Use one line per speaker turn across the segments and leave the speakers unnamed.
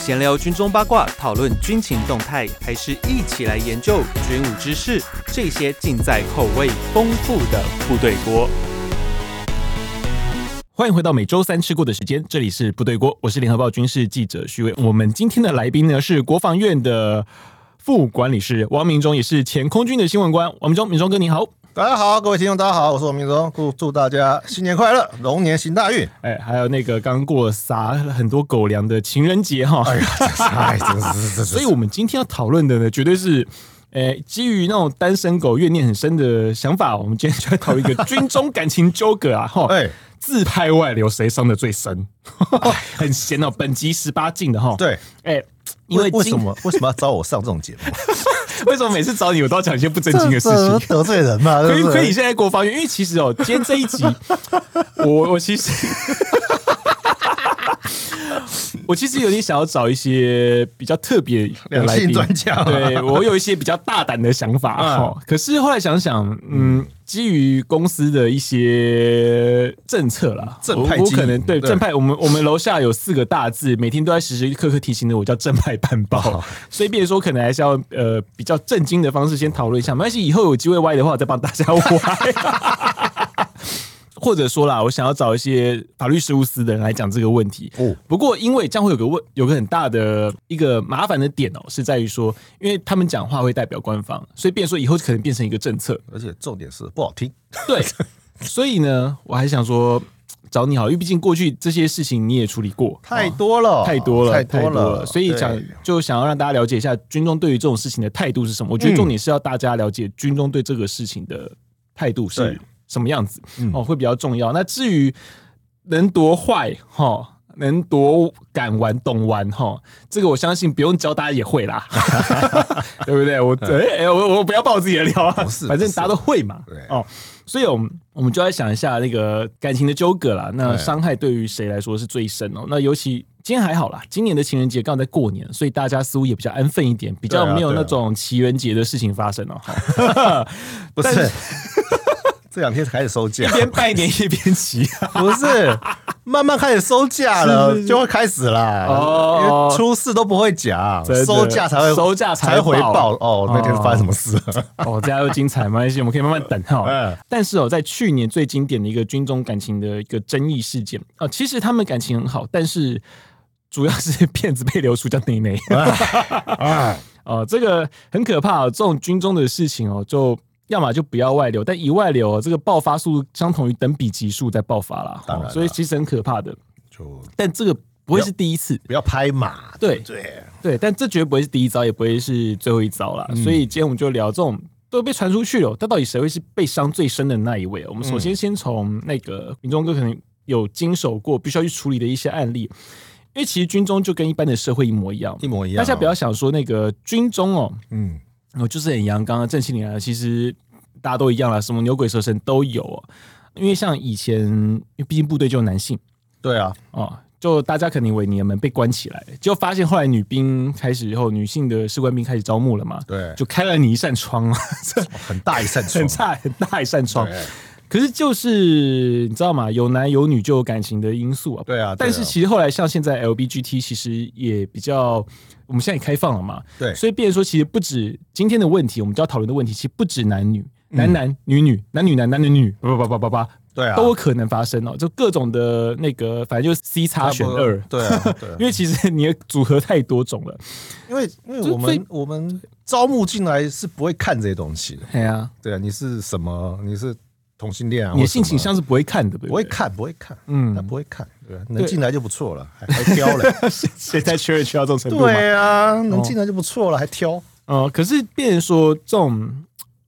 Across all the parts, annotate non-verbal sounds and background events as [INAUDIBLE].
闲聊军中八卦，讨论军情动态，还是一起来研究军武知识？这些尽在口味丰富的部队锅。
欢迎回到每周三吃过的时间，这里是部队锅，我是联合报军事记者徐伟。我们今天的来宾呢是国防院的副管理师王明忠，也是前空军的新闻官。王明忠，明忠哥你好。
大家好，各位听众，大家好，我是王明忠，祝祝大家新年快乐，龙年行大运。
哎，还有那个刚过撒了很多狗粮的情人节哈，
哎呀，真是哎，真是，真是真是
所以我们今天要讨论的呢，绝对是。呃，基于那种单身狗怨念很深的想法，我们今天就来讨论一个军中感情纠葛啊，哈，
哎，
自拍外流谁伤的最深？ [LAUGHS] 很闲哦，本集十八禁的哈，，
对，
哎，因为
为
今
什么为什么要找我上这种节目？
[LAUGHS] 为什么每次找你我都要讲一些不正经的事情
[LAUGHS] 这？ [LAUGHS] 这得罪人嘛？
可以
对不
可
对
以，现在国防院，因为其实
[LAUGHS]
哦，今天这一集，我我其实 [LAUGHS] 我其实有点想要找一些比较特别的
两
来
性
宾，
专家嘛
对我有一些比较大胆的想法
[LAUGHS] 嗯
哦。可是后来想想，嗯，基于公司的一些政策啦，
正
我
派
我
经
可能
营
对
对
正派，我们我们楼下有四个大字，每天都在时时刻刻提醒着我叫正派办
[LAUGHS]
报，所以变成说可能还是要呃比较正经的方式先讨论一下，没关系，以后有机会歪的话，我再帮大家
[LAUGHS]
歪。或者说啦，我想要找一些法律事务司的人来讲这个问题。
哦
不过，因为这样会有个问，有个很大的一个麻烦的点哦、是在于说，因为他们讲话会代表官方，所以变成说以后可能变成一个政策。
而且重点是不好听。
对， [LAUGHS] 所以呢，我还想说找你好，因为毕竟过去这些事情你也处理过，
太
哦
多了，
太多了，
太
多
了，
所以想
对
就想要让大家了解一下军中对于这种事情的态度是
嗯
什么。我觉得重点是要大家了解军中对这个事情的态度是
对
什么样子
嗯
哦，会比较重要。那至于能多
嗯
坏哈、哦能多敢玩懂玩哈、哦这个我相信不用教大家也会啦， [LAUGHS] 对不对？我哎哎、我我不要爆自己的料啊，
嗯不是
反正
不是
大家都会嘛
对，
哦。所以，我们我们就来想一下那个感情的纠葛啦。那
对
伤害对于谁来说是最深哦？那尤其今天还好啦，今年的情人节刚好在过年，所以大家似乎也比较安分一点，比较
对啊
没有
对啊
那种情人节的事情发生哦。哈
不
但
是 [LAUGHS] 这两天才开始收
一
假，
边拜年一边骑，
[LAUGHS] 不是慢慢开始收假
是是
了，
是
就会开始啦。
哦
因为出事都不会讲
真的，
收假才会
收假才
才回
报
报。哦，那天发生什么事了？
哦，这样又精彩，没关系，我们可以慢慢等
[LAUGHS]
哈
嗯。
但是哦，在去年最经典的一个军中感情的一个争议事件啊、呃其实他们感情很好，但是主要是 [LAUGHS] 骗子被流出叫内内。
哎，
哦，这个很可怕、哦，这种军中的事情哦，就要么就不要外流，但一外流、哦，这个爆发速度相同于等比级数在爆发啦，
当然
哦
啦
所以其实很可怕的。
就
但这个不会是第一次，
不要拍马，
对
对，
对，但这绝对不会是第一招，也不会是最后一招
嗯
啦。所以今天我们就聊这种都被传出去了，但到底谁会是被伤最深的那一位？哦我们首
嗯
先先从那个民众哥可能有经手过，必须要去处理的一些案例。因为其实军中就跟一般的社会一模一样，
一模一样。
大家不要，想说那个军中哦，
嗯，
我就是很阳刚啊，正气凛然。其实大家都一样啦，什么牛鬼蛇神都有、哦。因为像以前，因为毕竟部队就有男性
对啊，
哦，就大家肯定以为你们被关起来，就发现后来女兵开始以后，女性的士官兵开始招募了嘛，
对，
就开了你一扇窗啊，这
很大一扇
很
窗，
差很大一扇窗。
对啊
可是就是你知道吗？有男有女就有感情的因素啊。
对啊对啊
但是其实后来像现在 LBGT 其实也比较，我们现在也开放了嘛，
对
所以变成说其实不止今天的问题，我们就要讨论的问题，其实不止男女。男男女女，男女男，男女女，叭叭叭叭叭，
嗯对啊，
都有可能发生哦。就各种的那个，反正就是 C 叉选二，
对啊，对
[LAUGHS]
啊，
因为其实你的组合太多种了。
因为因为
就
我
最
们我们招募进来是不会看这些东西的，
哎呀，
对啊，你是什么？你是同性恋啊？
你的
或什
性
么
倾向是不会看的，对
不
对
会看，不会看，
嗯
他不会看，对啊，
对
能进来就不错了， [LAUGHS] 还还挑嘞，
现在确认需要这种程度吗？
对啊，能进来就不错了，还挑，
呃，可是变成说这种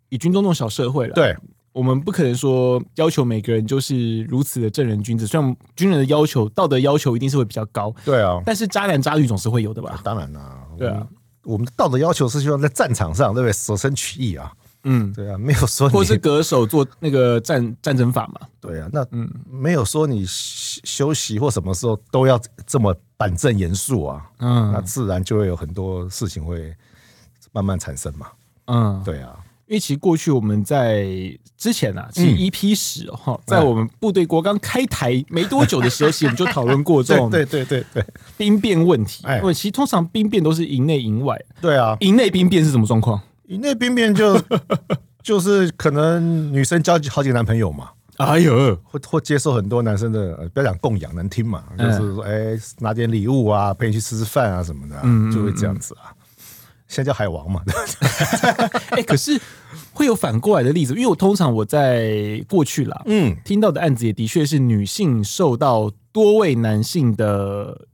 以军中这种小社会了，，
对，
我们不可能说要求每个人就是如此的正人君子，虽然军人的要求、道德要求一定是会比较高，
对啊，
但是渣男渣女总是会有的吧？
当然啦，
对啊
我们，我们的道德要求是希望在战场上，对不对？舍身取义啊，
嗯，
对啊，没有说
或
你
是恪守做那个战战争法嘛？
对啊，那嗯，没有说你休休息或什么时候都要这么板正严肃啊，那
嗯
自然就会有很多事情会慢慢产生嘛。
嗯，
对啊，
因为其实过去我们在之前啊，其实
嗯
EP 十哈、在我们部队国刚开台没多久的时候，其实我们就讨论过这
对
种
对对对对
兵变问题。
哎
因为其实通常兵变都是营内营外，
对 [LAUGHS] 啊！
营内兵变是什么状况
你那边边就就是可能女生交好几个男朋友嘛，
哎呦，
会会接受很多男生的，呃、不要讲供养，能听嘛，
嗯
就是说，哎、拿点礼物啊，陪你去吃吃饭啊什么的啊、
嗯
就会这样子啊。现在叫海王嘛，
哎、可是会有反过来的例子，因为我通常我在过去啦，
嗯，
听到的案子也的确是女性受到多位男性的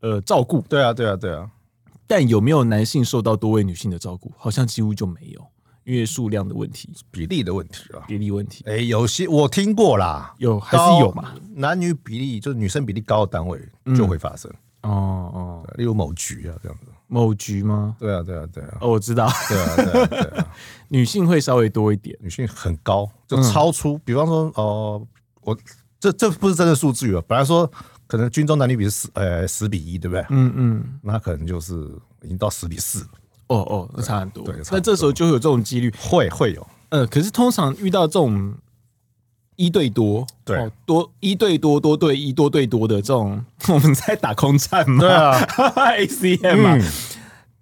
呃照顾，
[LAUGHS] 对啊，对啊，对啊，
但有没有男性受到多位女性的照顾？好像几乎就没有，因为数量的问题、
比例的问题啊。
比例问题，
哎、有些我听过啦，
有还是有嘛？嗯
高？男女比例就是女生比例高的单位就会发生，
哦哦，
例如某局啊这样子。
某局吗？
对啊，对啊，对啊，
哦，我知道，
对啊，对啊，对啊，
[LAUGHS] 女性会稍微多一点。
女性很高，
嗯
就超出，比方说，哦、我这这不是真的数据啊，本来说可能军中男女比是十呃十比一，对不对？
嗯嗯，
那可能就是已经到十比四，
哦哦，那差很多
对差很。多
那这时候就会有这种几率。
会会有，
呃，可是通常遇到这种一对多，
对
哦多一对多多对一多对多的这种， [LAUGHS] 我们在打空战嘛，
对
[LAUGHS]
啊嗯
，ACM 嘛，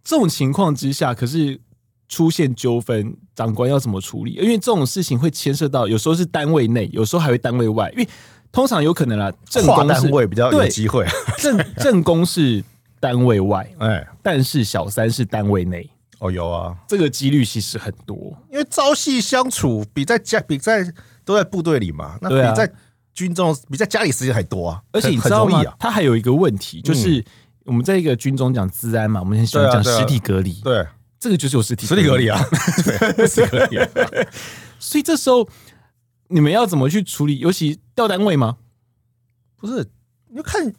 这种情况之下，可是出现纠纷，长官要怎么处理？因为这种事情会牵涉到，有时候是单位内，有时候还会单位外，因为通常有可能啦，正
跨
宫
单
是
位比较有
对，
机会，
[LAUGHS] 正正宫是单位外，
[LAUGHS] 哎，
但是小三是单位内，
哦有啊，
这个几率其实很多。
因为朝夕相处，比在家比在都在部队里嘛，那
对啊
比在军中比在家里时间还多啊，
而且
很
你知
很
道
容
吗
易？啊，嗯
它还有一个问题，就是我们在一个军中讲治安嘛，我们很喜欢
对啊
讲
对啊
实体隔离，
[LAUGHS] 对，
这个就是有实体
实力隔离 [LAUGHS] 啊，对，实力隔离啊，
所以这时候你们要怎么去处理？尤其调单位吗？
[LAUGHS] 不是，你就看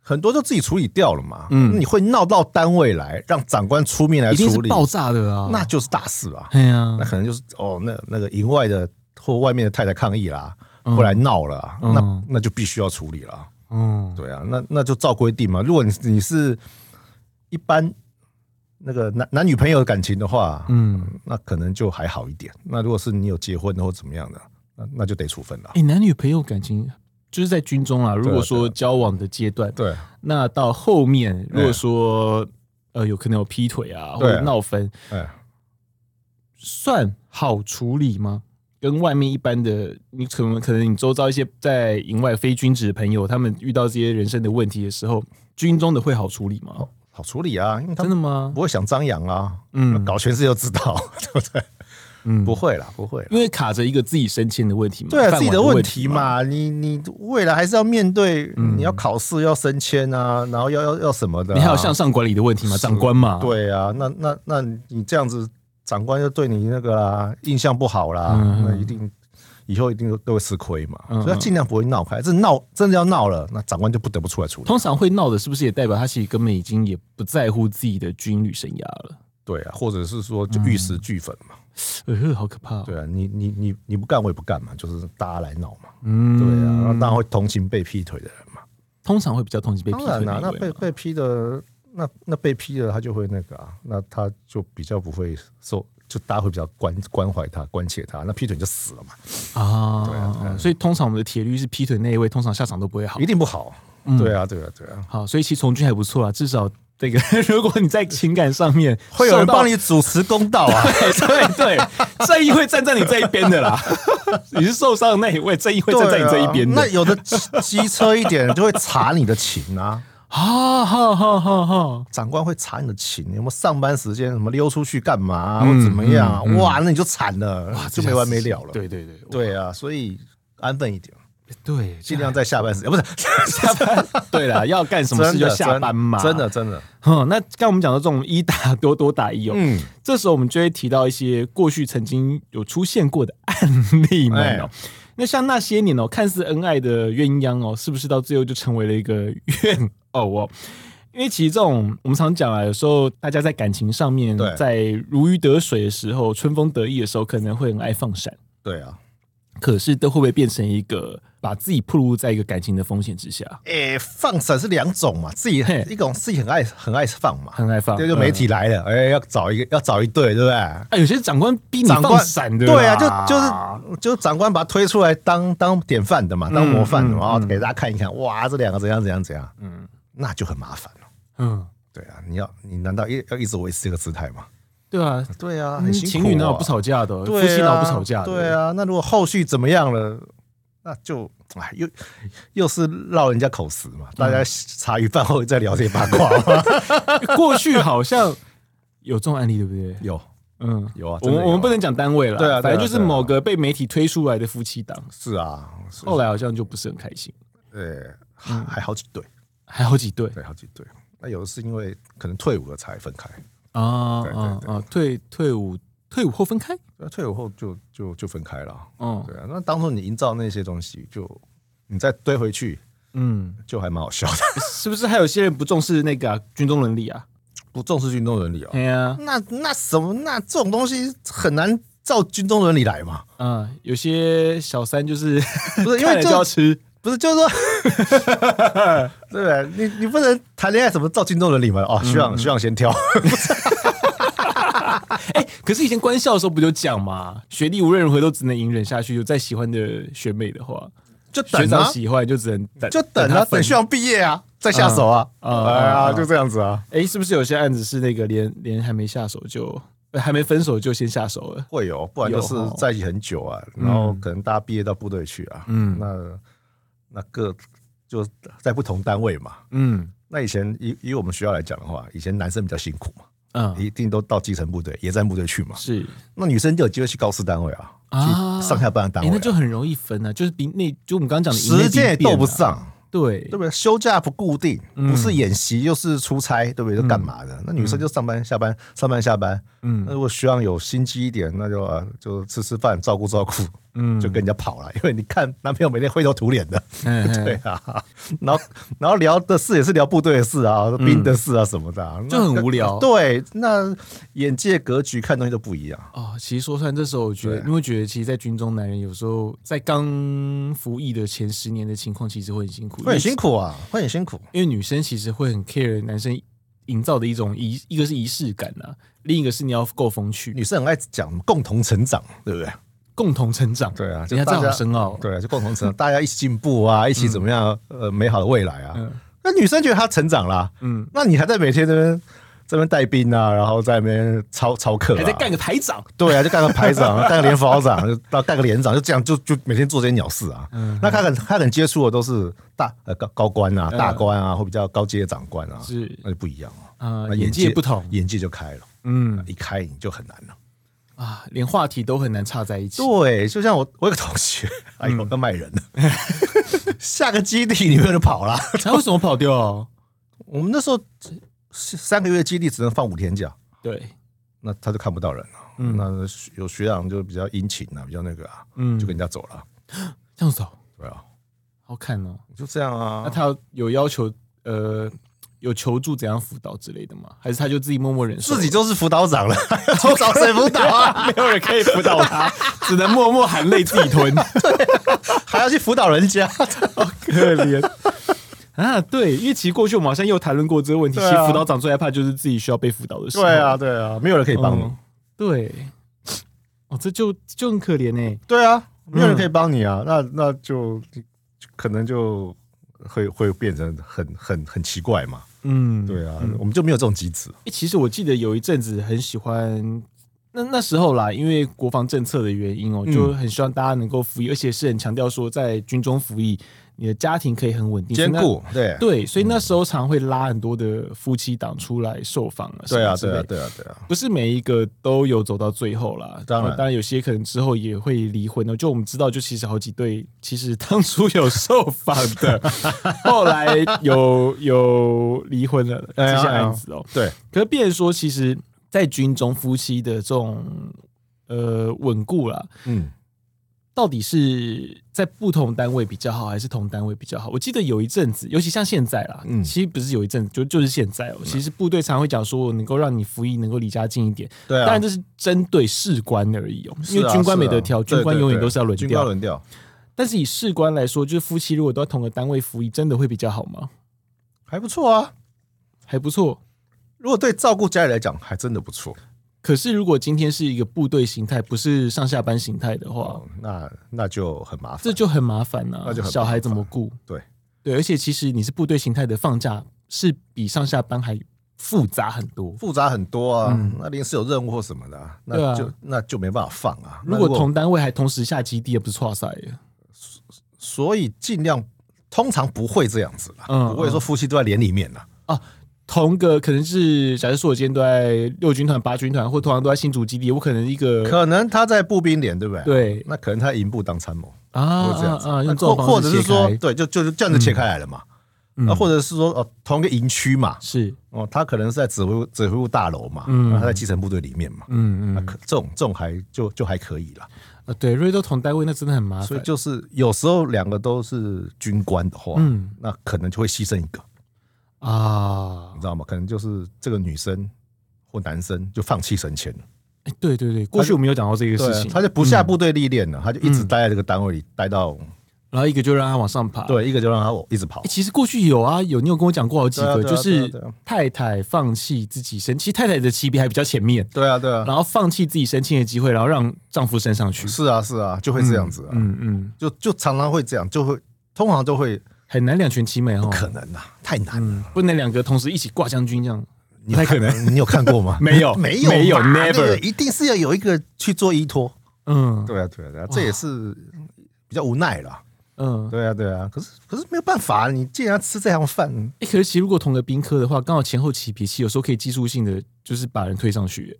很多都自己处理掉了嘛，
嗯
嗯，你会闹到单位来，让长官出面来
一定是
处理，
爆炸的啊！
那就是大事啊，
哎呀
那，可能就是哦，那那个营外的或外面的太太抗议啦，后来闹了啊，
嗯
那那就必须要处理了啊。
嗯，
对啊，那那就照规定嘛。如果你你是一般那个男男女朋友的感情的话，
嗯，
那可能就还好一点。那如果是你有结婚的或怎么样的，那那就得处分了
哎、。男女朋友感情就是在军中啊。如果说交往的阶段，
对
那到后面如果说、呃有可能有劈腿啊或
哎对啊
者闹分，
哎，
算好处理吗？跟外面一般的，你可能可能你周遭一些在营外非军职的朋友，他们遇到这些人生的问题的时候，军中的会好处理吗？
好处理啊，因哦为他
真
们
的吗
不？会想张扬啊，
嗯
搞全世界都知道， [LAUGHS] 对不对？
嗯
不，会啦，不会啦。
因为卡着一个自己升迁的问题嘛，
对
饭
啊，
碗
自己的
的
问
题
题。嘛，你你未来还是要面对，你要考试，要升迁啊，然后要要要什么的啊、
你还有向上管理的问题嘛，长官嘛，，
[LAUGHS] 对啊，那那那你这样子，长官就对你那个啦，印象不好啦，
嗯
那一定以后一定都都会吃亏嘛，
嗯
所以他尽量不会闹开。这闹真的要闹了，那长官就不得不出来处理。
通常会闹的，是不是也代表他其实根本已经也不在乎自己的军旅生涯了？
对啊，或者是说就玉石
嗯
俱焚嘛。
呃，好可怕、哦。
对啊，你你你你不干我也不干嘛，就是大家来闹嘛。
嗯，
对啊，那当然会同情被劈腿的人嘛。
通常会比较同情被劈
当
腿
然啦、
的那
那
一位
被
嘛
被劈的那那被劈的他就会那个啊，那他就比较不会受，就大家会比较关关怀他、关切他。那劈腿就死了嘛，
啊，
对啊对啊
所以通常我们的铁律是劈腿那一位，通常下场都不会好嗯
一。定不好。对啊，对啊，对啊。
好，所以其实从军还不错啦，至少这个 [LAUGHS] 如果你在情感上面
会有人帮
你，
你主持公道啊！
[LAUGHS] 对对，正义会站在你这一边的啦。 [LAUGHS] 你是受伤的那一位，正义 [LAUGHS] 会站在你这一边
对啊那
的。
有的机机车一点就会查你的勤啊，
啊，好好好好，
长官会查你的勤，有没有上班时间什么溜出去干嘛、
嗯
或怎么样啊、哇，那你就惨了，就没完没了了。
对对对
对啊，所以安分一点，
对，
尽量在下班时间，
[LAUGHS]
不是下
对啦，要干什么
班
事就下班嘛，
真的真的，
哼，那刚我们讲到这种一打多多打一哦，
嗯
这时候我们就会提到一些过去曾经有出现过的案例们哦。
哎
那像那些年哦，看似恩爱的鸳鸯哦，是不是到最后就成为了一个怨偶哦？因为其实这种我们常讲啊，有时候大家在感情上面
对，
在如鱼得水的时候，春风得意的时候，可能会很爱放闪。
对啊，
可是都会不会变成一个把自己暴露在一个感情的风险之下？
诶、放闪是两种嘛，自己
嘿
一种自己很爱很爱放嘛，
很爱放嗯
这就媒体来了，哎、要找一个要找一对，对不对？
啊，有些长官逼你
长
放
官
闪的啦，
对啊，就就是就长官把他推出来当当典范的嘛，当模范的嘛，然后给大家看一看，哇，这两个怎样怎样怎样，嗯，那就很麻烦了。
嗯，
对啊，你要你难道一要一直维持这个姿态吗？
对啊，
对啊，
嗯
很辛苦、
情侣哪有不？吵架的？夫
对啊
妻哪有不吵架的？
对啊，那如果后续怎么样了，那就哎，又又是绕人家口实嘛，大家茶余饭后再聊这些八卦嘛。
[LAUGHS] 过去好像有这种案例，对不对？
[LAUGHS] 有
嗯，
有啊，
我
真的
们
有啊
我们不能讲单位了，
对啊对啊
反正就是
对啊
某个被媒体推出来的夫妻档，
是啊，是
后来好像就不是很开心，
对，还好几对，
还好几对
对，好几对。那有的是因为可能退伍了才分开，
啊
对
啊
对
啊！退退伍退伍后分开，
那退伍后就就就分开了。
嗯
对啊，那当初你营造那些东西，就你再堆回去，
嗯，
就还蛮好笑的。 [LAUGHS]
是不是还有些人不重视那个啊军中伦理啊？
不重视军中伦理哦，
哎呀，
那那什么，那这种东西很难照军中伦理来嘛？
嗯，有些小三就是 [LAUGHS]
不 [LAUGHS] 是因
看
为
了
就
就要吃，
不是就是说， [LAUGHS] 对不对？你你不能谈恋爱什么照军中伦理嘛？哦，徐朗徐朗先挑，
哎，可是以前官校的时候不就讲嘛，学弟无论如何都只能隐忍下去，有再喜欢的学妹的话，
[LAUGHS] 就
学
等
长
啊，
喜欢就只能等，
就等啊，
他
等
分
徐朗毕业啊，再下手啊，
嗯嗯
哎呀，
嗯嗯
就这样子啊，
哎、是不是有些案子是那个连连还没下手就、呃还没分手就先下手了？
会有，不然
有
就是
哦
在一起很久啊，然后可能大家毕业到部队去啊，
嗯
那那各就在不同单位嘛，
嗯
那以前以以我们学校来讲的话，以前男生比较辛苦嘛，
嗯，
一定都到基层部队、野战部队去嘛。
是
那女生就有机会去高师单位啊，
啊
去上下班的单
哎、
位、啊
那就很容易分啊，就是比那就我们刚刚讲的赢面
时间也
比变啊
斗不，上，
对
对不对？休假不固定，
嗯
不是演习又是出差，对不对？就干嘛的？那女生就上班下班，上班下班。那
嗯
如果学长有心机一点，那就啊就吃吃饭，照顾照顾，
嗯，
就跟人家跑了。因为你看男朋友每天灰头土脸
[LAUGHS]
的，
嘿嘿
对啊，然后然后聊的事也是聊部队的事啊、兵的事啊什么的啊、
嗯就很无聊
那 [LAUGHS] 对，那眼界格局看东西都不一样。
哦，其实说穿这时候，我觉得
对
你会觉得，其实，在军中男人有时候在刚服役的前十年的情况，其实会很辛苦，
会很辛
苦，
苦啊，会很辛苦。
因为女生其实会很 care 男生营造的一种仪，一个是仪式感啊，另一个是你要够风趣，
女生很爱讲共同成长，对不对？
共同成长，
对啊，就
人家这
大
好
家
深奥哦，嗯
对啊，就共同成长， [LAUGHS] 大家一起进步啊，一起怎么样？呃，美好的未来啊。那女生觉得她成长啦，
嗯
嗯，那你还在每天这边这边带兵啊，然后在那边操操课、啊，
还在干个排长，
对啊，就干个排长，
[LAUGHS]
干个连副长，就到干个连长，就这样，就就每天做这些鸟事啊。那他肯他肯接触的都是大呃高高官啊、
嗯
大官啊，或比较高阶的长官啊，
是
那就不一样了。
啊、
那
眼界不同，
眼界就开了，
嗯
一开你就很难了。
啊，连话题都很难插在一起。
对，就像我我有个同学，哎
嗯
呦，要卖人了， [LAUGHS] 下个基地里面就跑了。
他为什么跑掉、
我们那时候三个月基地只能放五天假，
[LAUGHS] 对，
那他就看不到人了。
嗯
那有学长就比较殷勤啊，比较那个啊，
嗯，
就跟人家走了。
这样走，
对啊，
好看哦。
就这样啊。
那他有要求，呃，有求助怎样辅导之类的吗？还是他就自己默默忍受？
自己就是辅导 [LAUGHS] 长了，我找谁辅导 [LAUGHS] 啊？
没有人可以辅导 [LAUGHS] 他，只能默默含泪自己吞。
还要去辅导人家？
[LAUGHS] 可怜啊！对，因为其实过去我们好像又谈论过这个问题。
对啊
其实辅导长最害怕就是自己需要被辅导的时候。
对 [LAUGHS] 啊，，对啊，没有人可以帮你
嗯。对。哦，这就就很可怜哎、
对啊，没有人可以帮你啊。那那就就可能就会会变成很很很奇怪嘛。
嗯，
对啊，我们就没有这种机制。
欸，其实我记得有一阵子很喜欢，那那时候啦，因为国防政策的原因哦、
嗯
就很希望大家能够服役，而且是很强调说，在军中服役，你的家庭可以很稳定
兼。
所以
顾，对
那对，所以
嗯
那时候常会拉很多的夫妻档出来受访啊，
对啊，
什么之类
对啊，
的
对啊，对啊，
不是每一个都有走到最后啦。
当然
当然有些可能之后也会离婚哦。就我们知道，就其实好几对，其实当初有受访
[LAUGHS]
的，后来有有离婚了这
哎呀
些
哎呀
案子哦、
对，
可是变成说，其实，在军中夫妻的这种呃稳固啦，
嗯，
到底是在不同单位比较好，还是同单位比较好？我记得有一阵子，尤其像现在啦，
嗯
其实不是有一阵子，就就是现在哦、其实部队常会讲说，能够让你服役能够离家近一点，
对啊
当然这是针对士官而已哦、
是啊
因为军官没得挑，
是啊
军官
对对
永远都是要轮
军官
调。
轮调，
但是以士官来说，就是夫妻如果都在同个单位服役，真的会比较好吗？
还不错啊。
还不错。
如果对照顾家里来讲，还真的不错。
可是如果今天是一个部队形态，不是上下班形态的话，
哦，那那就很麻烦。
这就很麻烦呐、
那就很麻烦
小孩怎么顾？
对
对，而且其实你是部队形态的放假，是比上下班还复杂很多。
复杂很多啊，那临时有任务或什么的啊、
嗯对啊
那就、那就没办法放啊。
如
那
果同单位还同时下基地，也不是错赛耶。
所以尽量通常不会这样子啦，
嗯
不会说夫妻都在连里面啦。
同个可能是，假设说我今天都在六军团、八军团，或通常都在新竹基地，我可能一个
可能他在步兵连，对不对？，
对
那可能他营部当参谋，
啊
会这样子。
啊啊，用
那
这种
或或
方
者
式
是
切
说，
开，嗯
对，就就是这样就切开来了嘛。那、或者是说，哦，同一个营区嘛，
是
哦，他可能是在指挥指挥部大楼嘛，
嗯
那他在基层部队里面嘛，
嗯
那
嗯
可这种这种还就就还可以啦。
啊，对，瑞都同单位那真的很麻烦，
所以就是有时候两个都是军官的话，
嗯
那可能就会牺牲一个，
啊
你，知道吗？可能就是这个女生或男生就放弃升迁了，
哎对对对，啊嗯过去我们有讲到这个事
对，
情，
他就不下部队历练了，他就一直待在这个单位里，待到
啊然后一个就让他往上爬，
对一个就让他一直跑
欸。其实过去有啊，有你有跟我讲过好几个，
对啊对啊
就是
对啊对啊
太太放弃自己升，其实太太的级别还比较前面，
对啊，对啊，
然后放弃自己升迁的机会，然后让丈夫升上去。
是啊，是啊，就会这样子啊，
嗯嗯，
就就常常会这样，就会通常就会
很难两全其美哦，嗯
不可能啊，太难了，
不能两个同时一起挂将军这样。
你有
不太可？
看，你有看过吗
没有
[LAUGHS] 没有嘛，
没有
那个
never
一定是要有一个去做依托。
嗯
对啊，对啊，对啊，这也是比较无奈啦。
嗯，
对啊，对啊，可是可是没有办法，啊你既然要吃这行饭，
欸可是其实如果同个兵科的话，刚好前后起脾气，有时候可以技术性的就是把人推上去。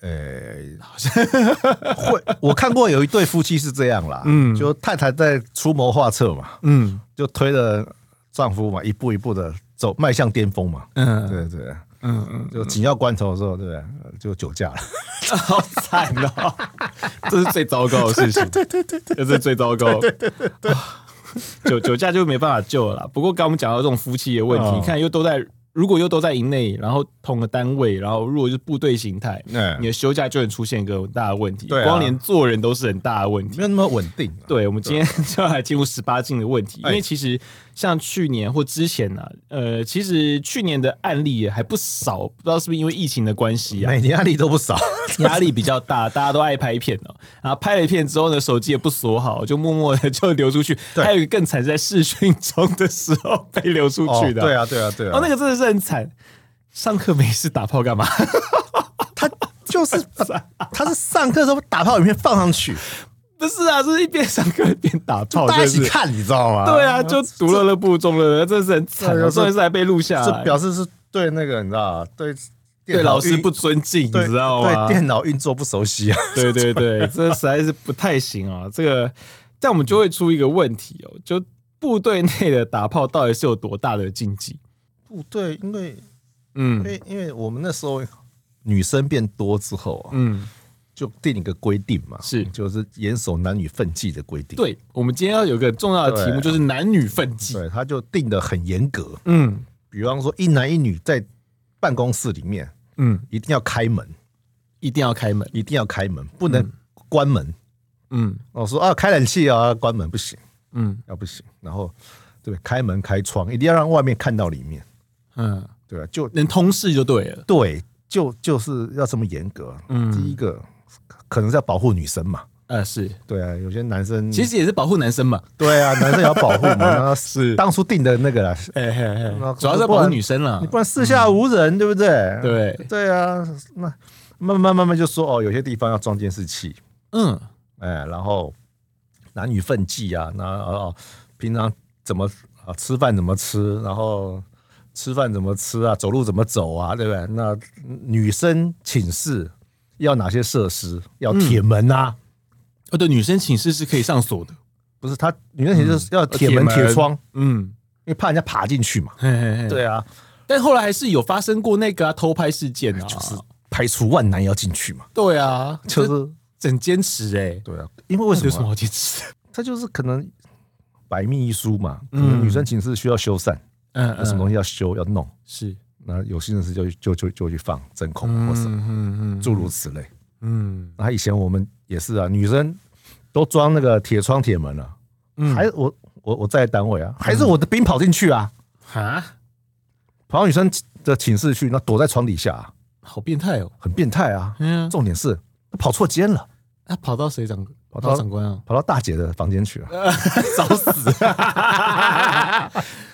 呃、 [LAUGHS] 会我看过有一对夫妻是这样啦，
嗯
就太太在出谋划策嘛，
嗯
就推着丈夫嘛，一步一步的走迈向巅峰嘛，
嗯
对对，
嗯嗯，
就紧要关头的时候，对不对？呃就酒驾
[LAUGHS]
了，
好惨哦，这是最糟糕的事情。对对对对，这是最糟糕。对对对， [LAUGHS] 酒酒驾就没办法救了啦。不过刚刚我们讲到这种夫妻的问题，
哦
你看又都在，如果又都在营内，然后同个单位，然后如果是部队形态，
嗯
你的休假就能出现一个很大的问题，
对啊
光连做人都是很大的问题
没。有那么稳定、啊。
对，我们今天 [LAUGHS] 就要来进入十八禁的问题，因
哎
为其实像去年或之前呢、呃，其实去年的案例也还不少，不知道是不是因为疫情的关系啊，
每年压力都不少，
压力比较大，大家都爱拍片哦、然后拍了片之后呢，手机也不锁好，就默默的 [LAUGHS] 就流出去。
对
还有一个更惨，是在视讯中的时候被流出去的。
对，啊，对啊，对啊。
哦，那个真的是很惨。上课没事打炮干嘛？ [LAUGHS]
他 [LAUGHS] 就是把他是上课的时候打炮影片放上去，
不是啊，就是一边上课一边打炮，
大家一
真
起
的是。
看，你知道吗？
对啊，就独乐乐部中乐乐，真的是很惨
对
啊，
就是
重点是还被录下
这
来，
表示是对那个你知道对
对
电脑
老师
运
不尊敬，你
对
知道吗？
对电脑运作不熟悉啊。
对对对，这实在是不太行啊！这个，但我们就会出一个问题哦，就部队内的打炮到底是有多大的禁忌？
[LAUGHS] 不对，因为因
嗯
为因为我们那时候女生变多之后啊，
嗯，
就定一个规定嘛，
是
就是严守男女分际的规定。
对，我们今天要有个重要的题目，
对
就是男女分际。
对，他就定的很严格，
嗯
比方说一男一女在办公室里面
嗯，
一定要开门，
一定要开门。
一定要开门，不能关门。
嗯
我说啊，开冷气啊，关门不行，
嗯
要不行。然后对，开门开窗，一定要让外面看到里面，
嗯，
对吧？就
能通视就对了。
对，就就是要这么严格。
嗯
第一个可能是要保护女生嘛，
呃，是，
对啊，有些男生
其实也是保护男生嘛。
对
[LAUGHS]
啊，男生也要保护嘛，那
是
当初定的那个啦，
嘿嘿嘿
那
嗯主要是保护女生啦
你。不然四下无人，对不对？
嗯对，
对啊，那慢慢慢慢就说哦，有些地方要装监视器，
嗯
哎，然后男女分际啊，那哦，平常怎么啊吃饭怎么吃，然后吃饭怎么吃啊，走路怎么走啊，对不对？那女生寝室要哪些设施？要铁门啊，
哦对，女生寝室是可以上锁的。
不是她女生寝室要铁
铁
门
门
铁窗，
嗯，
因为怕人家爬进去嘛。
嘿嘿嘿。
对啊，
但后来还是有发生过那个、啊、偷拍事件啊，
就是排除万难要进去嘛，
对啊，
就是
很坚持哎、
对啊，因为为
那有
什
什么
么？
好坚持的？
他就是可能百密一疏嘛，可能女生情是需要修缮，
嗯
有什么东
西
西要修要弄，
是？
那有心人士就就就就去放针孔或什么，
嗯
诸如此类。
嗯
那以前我们也是啊，女生都装那个铁窗铁门了、
嗯
还我我我在单位啊，还是我的兵跑进去啊，
啊，
跑到女生的寝室去，那躲在床底下、啊，
好变态哦！
很变态啊。
嗯，
重点是跑错间了，
他啊跑到谁长？跑
到，
到长官啊
[LAUGHS] 跑到大姐的房间去了。
找 [LAUGHS] 死！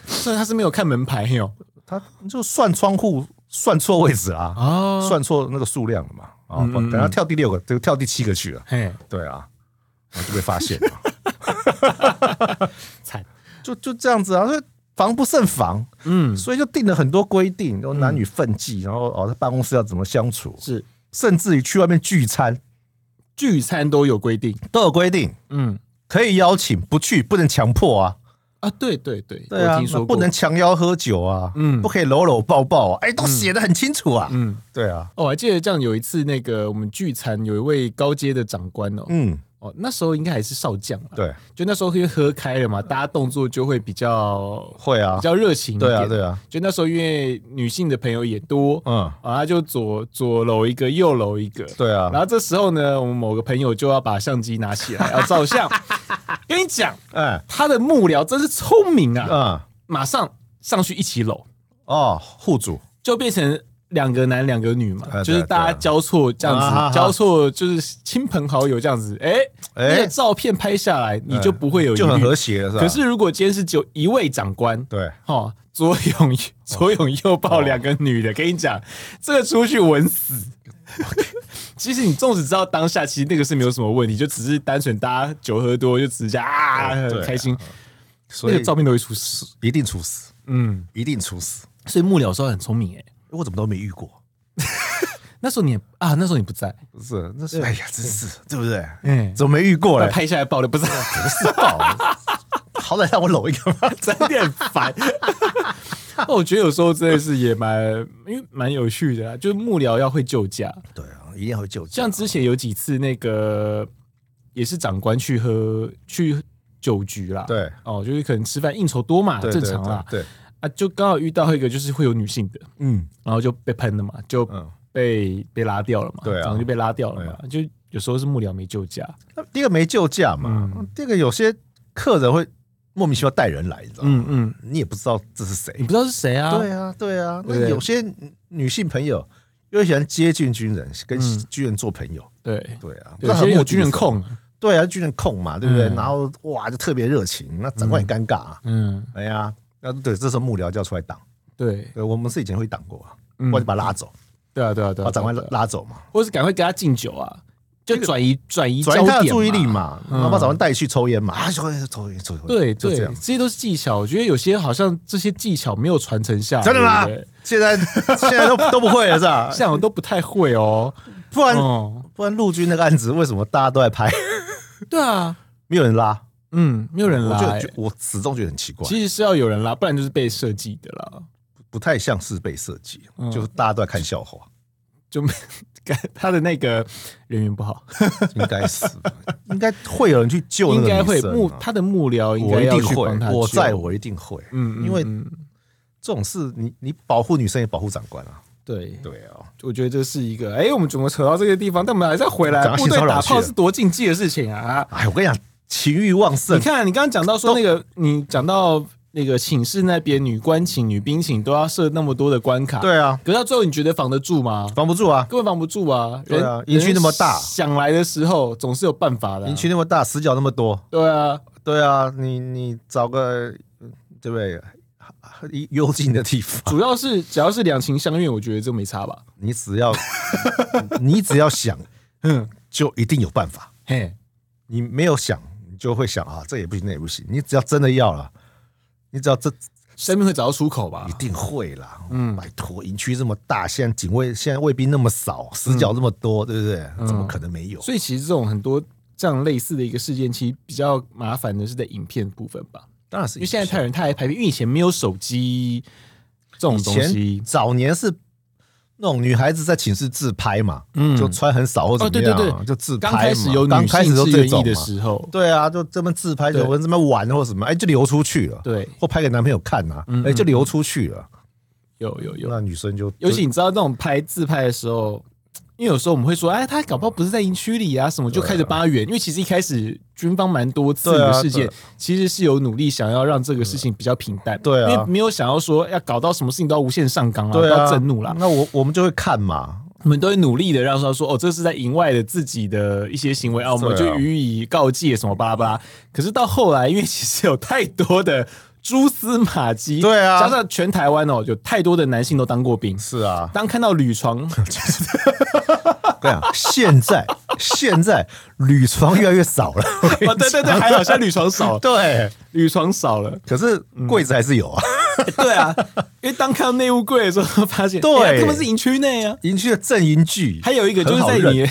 虽然他是没有看门牌哦哟，
她就算窗户算错位置啊，
哦
算错那个数量了嘛。啊、
嗯嗯嗯
等她跳第六个，就跳第七个去了。
嘿，
对啊，然后就被发现了，
惨，
就就这样子啊，所以防不胜防。
嗯，
所以就定了很多规定，然后男女分际，然后哦，在办公室要怎么相处，
是
甚至于去外面聚餐
聚餐都有规定，
都有规定，
嗯
可以邀请，不去不能强迫啊，
啊，对对对，
对啊，
我听说过
不能，强邀喝酒啊，
嗯
不可以搂搂抱抱啊，哎，都写的很清楚啊，
嗯，
对啊，
哦，我还记得这样有一次，那个我们聚餐有一位高阶的长官哦，
嗯，
哦，那时候应该还是少将嘛，，
对，
就那时候因为喝开了嘛，大家动作就会比较
会啊
比，较热情一点，
对啊，对啊，
就那时候因为女性的朋友也多，
嗯，
啊，他就左左搂一个，右搂一个。
对啊
然，后这时候呢，我们某个朋友就要把相机拿起来要照相。跟你讲，
哎，
他的幕僚真是聪明啊，
嗯，
马上上去一起搂，
哦，户主，
就变成两个男两个女嘛，
哎对
就是大家交错这样子，
啊哈哈
交错就是亲朋好友这样子。哎、
哎
那个照片拍下来，你就不会有疑
就很
虑
和谐啊了，是吧？
可是如果今天是只有一位长官，
对，
哦，左拥左拥右抱两个女的，跟你讲，这个出去稳
[LAUGHS]
死。其实你纵使知道当下，其实那个是没有什么问题，就只是单纯大家酒喝多就直接啊
对啊
很开心，
所
那
以
个照片都会出事。
一定处死，
嗯，
一定处死，
所以幕僚说很聪明哎、
我怎么都没遇过。
那时候你也啊，那时候你不在，
不是，那是哎呀，真是对不对？
嗯，
怎么没遇过嘞？
拍下来爆的不是 [LAUGHS]
[LAUGHS] 不是爆，好歹让我搂一个吧。
真的很烦。 [LAUGHS] 那我觉得有时候真的是也蛮，因为蛮有趣的啦，啊就是幕僚要会救驾。
[LAUGHS] 对啊，一定要救
像之前有几次那个也是长官去喝去酒局啦，
对
哦，就是可能吃饭应酬多嘛，
对
正常啦，
对，对
啊，就刚好遇到一个就是会有女性的，
嗯
然后就被喷了嘛，就
嗯。
被、被拉掉了嘛，
对啊啊
长官就被拉掉了嘛，就有时候是幕僚没救驾，
那第一个没救驾
嗯
嘛，第二个有些客人会莫名其妙带人来，你知道
嗯
吗？
嗯，
你也不知道这是谁。
你不知道是谁啊，
对啊，对
对
啊。
不
那
对
有些女性朋友又喜欢接近军人，跟
嗯
军人做朋友。
对，
对啊，
有
那很
些
目
有
的
军人
是
控，
对啊，军人控嘛，对不对？
嗯
然后哇，就特别热情，那长官也尴尬啊。
嗯，
哎呀，那对，这时候幕僚就要出来挡。
对，
对，我们是以前会挡过啊，
嗯
或者把他拉走，
对啊对啊对啊，
把长官
对
拉
啊，对啊
拉走嘛。
或是赶快给他敬酒啊，就转移转移
转移
焦
他的
点
注意力嘛，
嗯
然后把长官带去抽烟嘛，啊，抽烟抽烟抽烟，
对
就
对，
这样
这。些都是技巧。我觉得有些好像这些技巧没有传承下来，
真的吗
对不对？[LAUGHS]
现在现在都都不会了是吧？
像我都不太会哦。
[LAUGHS] 不然
哦，
不然陆军那个案子为什么大家都在
[LAUGHS]
拍，
对啊，
没有人拉？
嗯，没有人
我
拉、
就
欸
就，我始终觉得很奇怪，
其实是要有人拉，不然就是被设计的啦，
不太像是被设计
嗯，
就是大家都在看
[LAUGHS]
笑话，
就没他的那个人缘不好，
应该是吧应该会有人去救那
应
个
该
女
会
生啊
幕他的幕僚应
我
该
一
要
定
去帮他
会，我
救
在我一定会。
嗯，嗯
因为
嗯
这种事你你保护女生也保护长官啊，
对，
对啊，
我觉得这是一个哎、我们怎么扯到这个地方？但我们还是要回
讲
来，
到
部
性
队
骚扰
打
去
炮
了
是多禁忌的事情啊！
哎，我跟你讲，情欲旺盛
你，看，你刚刚讲到说那个，你讲到那个寝室那边女官寝、女兵寝都要设那么多的关卡，。
对啊，
可是到最后，你觉得防得住吗？
防不住啊，
根本防不住啊！
对啊
人
营区那么大
人想来的时候总是有办法的啊、
营区那么大，死角那么多，
对啊，
对啊，你你找个嗯对不对一幽静的地方， [LAUGHS]
主要是只要是两情相悦，我觉得这没差吧。
你只要 [LAUGHS] 你只要想，
嗯，
就一定有办法。
嘿，
你没有想，你就会想啊，这也不行，那也不行。你只要真的要了，你只要这
生命会找到出口吧
一？定会啦。
嗯
嗯，拜托，营区这么大，现在警卫现在卫兵那么少，死角那么多，对不对？怎么可能没有？
嗯所以其实这种很多这样类似的一个事件，其实比较麻烦的是在影片部分吧，
当然是
因为现在太人太爱拍片，因为以前没有手机这种
以
东西
前，早年是那种女孩子在寝室自拍嘛，
嗯
就穿很少或
哦，
怎
对
么
对
样，
对，
就自拍
刚
嘛。
开始有
刚
女
开始
性
都
志
这
愿意
种
的
嘛
时候，
对啊，就这么自拍，
对
有人这么玩或什么，哎，就流出去了，
对，
或拍给男朋友看呐、啊，
嗯
哎，就流出去了。
有有有，
那女生就
尤其你知道那种拍自拍的时候，因为有时候我们会说，哎，他搞不好不是在营区里啊什么，就开始扒圆。因为其实一开始军方蛮多次
对
的
啊
事件，
对
其实是有努力想要让这个事情比较平淡，
对啊
因为没有想要说要搞到什么事情都要无限上纲啊，
对
都要
啊
震怒啦。
那我我们就会看嘛，
我们都会努力的让他说，哦，这是在营外的自己的一些行为啊，我们
对
就
啊
予以告诫什么巴拉巴拉。可是到后来，因为其实有太多的蛛丝马迹，
对啊
加上全台湾哦，有太多的男性都当过兵。
是啊，
当看到铝
[LAUGHS]
床，哦
对啊，
[LAUGHS]
现在现在铝床越来越少
[LAUGHS]
了，我跟你
哦，对对对，还好，现在铝床少，
[LAUGHS] 对，
铝床少了。
可是柜子还是有啊，
对啊，因为当看到内务柜的时候，发现
对
哎呀他们是营区内啊。
营区的正营具，
还有一个就是在
很好认
你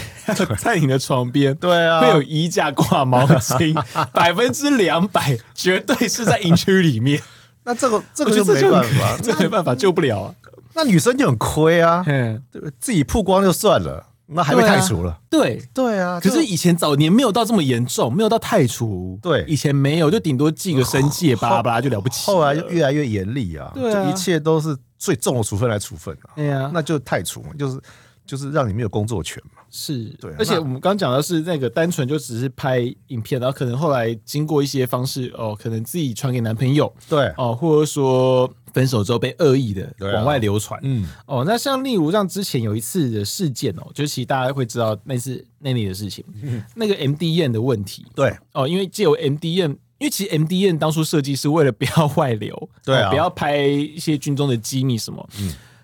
[LAUGHS]
在你的床边，
对啊
会有衣架挂毛巾，百分之两百绝对是在营区里面，
那这个这
我
个
觉
就
得这
没
就
办法，
这没办法救不了
[LAUGHS]
啊。
那女生就很亏
[LAUGHS]
啊，
嗯，
对自己曝光就算了，那还被
对啊
开除了，
对。
对啊，
可
就是
以前早年没有到这么严重，没有到太除，
对哦
以前没有，就顶多记个申诫，巴拉巴拉就了不起了。
后来就越来越严厉啊，
对啊
就一切都是最重的处分来处分啊，
对啊
那就太除嘛，就是就是让你没有工作权嘛，
是，
对啊
而且
那
我们刚讲到是那个单纯就只是拍影片，然后可能后来经过一些方式，哦，可能自己传给男朋友，
对，
哦，或者说分手之后被恶意的
对啊
往外流传，
嗯，
哦，那像例如像之前有一次的事件哦，就其实大家会知道那次那里的事情，
嗯
那个 MDN 的问题
对，
哦，因为借由 MDN。因为其实 MDN 当初设计是为了不要外流，
对啊嗯
哦不要拍一些军中的机密什么，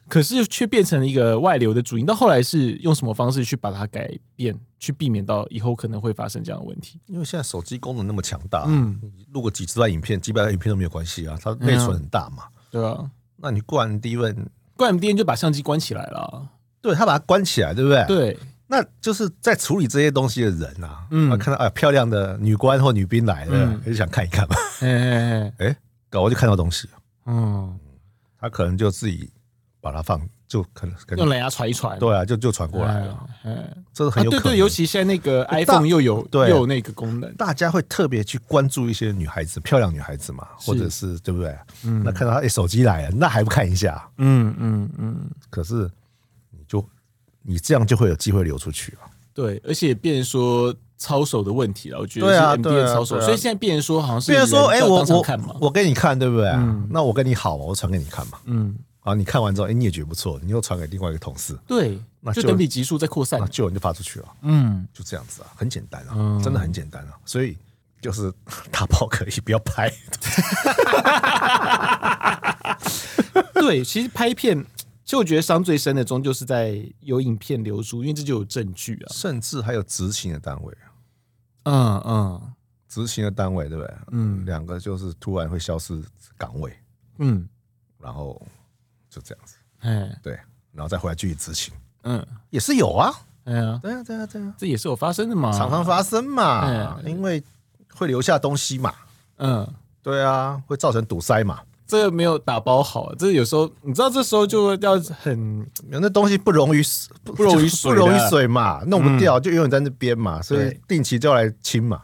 可是却变成了一个外流的主因。到后来是用什么方式去把它改变，去避免到以后可能会发生这样的问题？
因为现在手机功能那么强大，
嗯，
录个几十段影片、几百段影片都没有关系啊，它内存很大嘛。
对啊，
那你灌低温，
怪 MDN 就把相机关起来了啊，
对他把它关起来，对不对？，
对，
那就是在处理这些东西的人啊，
嗯
嗯，看到啊漂亮的女官或女兵来了
嗯，
就想看一看嘛， [LAUGHS]
哎哎哎，
哎，搞我就看到东西了，
嗯，
他可能就自己把它放，就可能可
用
能
蓝牙传一传，
对啊，就就传过来了，
哎，哎
这是很有
啊、对
可能。
对，尤其现在那个 iPhone 又有又
对
有那个功能，
大家会特别去关注一些女孩子，漂亮女孩子嘛，
是
或者是对不对？
嗯
那看到她、哎手机来了，那还不看一下？
嗯嗯嗯，
可是你就你这样就会有机会流出去啊。
对，而且变成说操守的问题了，我觉
对
得
啊
是 MD
对
的
啊
操守，
对啊
所以现在变成说好像是
比如说，
人
哎、
要
我
当场
我
看嘛，
我跟你看，对不对？
嗯
那我跟你好嘛，我传给你看嘛。
嗯，
啊，你看完之后，哎、你也觉得不错，你又传给另外一个同事，
对
那，
就
就
等比级数在扩散
那，就有人就发出去了，
嗯，
就这样子啊，很简单啊，
嗯
真的很简单啊。所以就是 [LAUGHS] 打包可以不要 [LAUGHS] 拍，
对，其实拍片。其实我觉得伤最深的，终究是在有影片流出，因为这就有证据啊
甚至还有执行的单位啊，
啊。嗯嗯
执行的单位对不对？
嗯
两个就是突然会消失岗位，
嗯，
然后就这样子，
哎
对，然后再回来继续执行，
嗯，
也是有啊，
哎呀，
对啊，对啊，对啊。
这也是有发生的嘛。
常常发生嘛，
嗯
因为会留下东西嘛，
嗯，
对啊，会造成堵塞嘛，
这个没有打包好，这有时候你知道，这时候就要很
那东西不溶于不
不溶于水
[LAUGHS] 不
的嗯
溶于水嘛，弄不掉就永远在那边嘛，所以
对
定期就要来清
[LAUGHS]
嘛。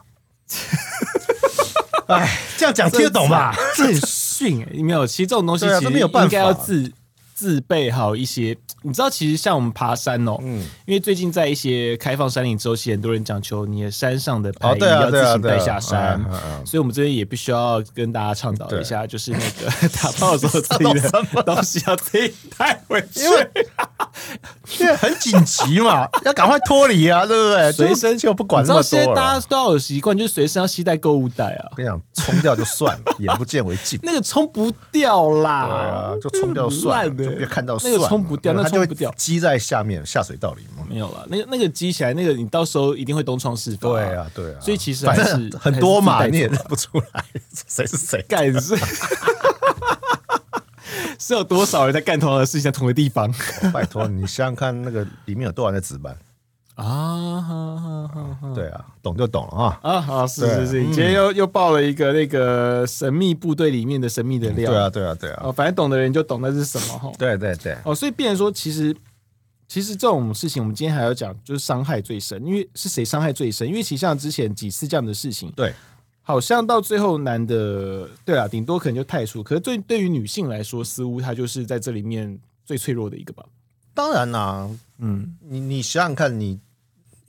哎，这样讲听得懂吧？ [LAUGHS]
这很逊哎、没有，其实这种东西
对啊
其
这
实
没有办法
应该要自自备好一些。你知道，其实像我们爬山哦、
嗯，
因为最近在一些开放山林之后，其实很多人讲求你的山上的
哦
排，衣
对啊，
要
对
自
啊，
行
对啊
带下山
嗯。嗯嗯
所以，我们这边也必须要跟大家倡导一下，就是那个 [LAUGHS] 打包的时候自己
[LAUGHS] 倡
的东西要自己带回去，
因为因为很紧急嘛， [LAUGHS] 要赶快脱离啊，对不对？
随身
就就不管
你知
那
道
么
现在
多
大
了。
家都要有习惯，就是随身要携带购物袋啊
我，跟你讲，冲掉就算了， [LAUGHS] 眼不见为净。
那个冲不掉啦。
对啊，就冲掉算了，
烂的
就别看到
那
算
个
了，
冲不掉那
它就会
冲不掉
积在下面下水道里嘛。
没有了，那个那个积起来，那个你到时候一定会东窗事发。
对啊，，对啊，
所以其实
反
还是
正很多嘛，
还是自己带走
你也认不出来谁是谁。
干是 [LAUGHS] 是有多少人在干同样的事情，在同一个地
[LAUGHS]
方
拜托你想想看，那个里面有多少人在值班？
啊？哈哈哈哈
对啊，懂就懂了啊。
啊，好，是
对
是
啊
是，你今天又又爆了一个那个神秘部队里面的神秘的料。哦
对啊，对啊，对啊
哦，，反正懂的人就懂那是什么哈。
对对对，
哦，所以变成说，其实其实这种事情，我们今天还要讲，就是伤害最深，因为是谁伤害最深？因为其实像之前几次这样的事情，
对，
好像到最后男的，对啊，顶多可能就太叔，可是对对于女性来说，似乎她就是在这里面最脆弱的一个吧。
当然啦、
嗯
你你想想看，你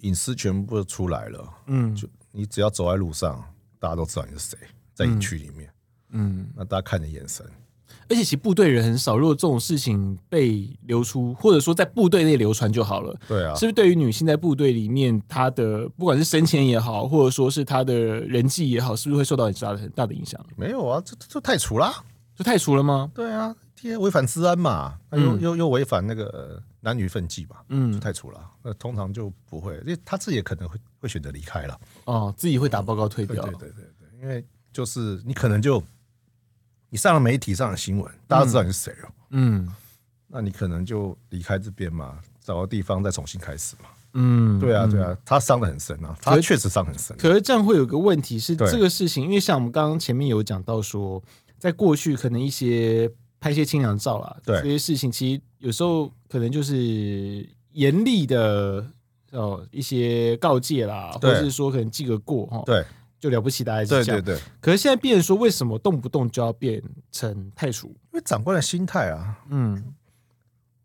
隐私全部都出来了，
嗯
就你只要走在路上，大家都知道你是谁，在你区里面，
嗯，
那大家看你眼神，
而且其实部队人很少，如果这种事情被流出，或者说在部队内流传就好了。
对啊，
是不是对于女性在部队里面，她的不管是生前也好，或者说是她的人际也好，是不是会受到很大的很大的影响？
没有啊，这这这太除啦，
就太除了吗？
对啊，这些违反治安嘛，那又、
嗯
又又违反那个呃男女分际嘛，就
嗯，
太除了，那通常就不会，因为他自己也可能会会选择离开了，
哦，自己会打报告退
对
掉。
对对对对，因为就是你可能就你上了媒体上了新闻，大家知道你是谁了，
嗯
那你可能就离开这边嘛，找个地方再重新开始嘛。
嗯，
对啊，
嗯
对。啊，他伤的很深啊，
可
他
是
确实伤很深。
可是这样会有个问题是，
对
这个事情，因为像我们刚刚前面有讲到说，在过去可能一些拍一些清凉照啦，
对
这些事情，其实有时候可能就是严厉的哦一些告诫啦，或
对
者是说可能记个过哈，
对
就了不起，大家一起
对
讲
对对，因
可是现在变成说，为什么动不动就要变成太叔？
为长官的心态啊，
嗯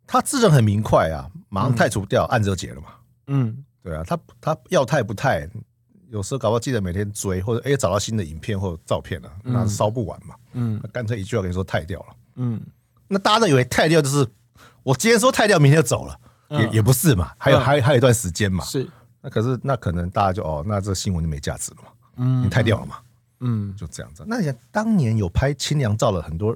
他自认很明快啊，马上太除掉，按着解了嘛。
嗯
对啊，他他要态不态，有时候搞不好记得每天追，或者哎找到新的影片或者照片了、啊，那烧不完嘛，
嗯
那干脆一句话跟你说太掉了。
嗯，
那大家都以为太掉就是我今天说太掉，明天就走了。也
嗯
也不是嘛，还有
嗯
还还有一段时间嘛，
是
那可是那可能大家就哦，那这新闻就没价值了嘛，
嗯
你太掉了嘛，
嗯
就这样子。那你想当年有拍清凉照的很多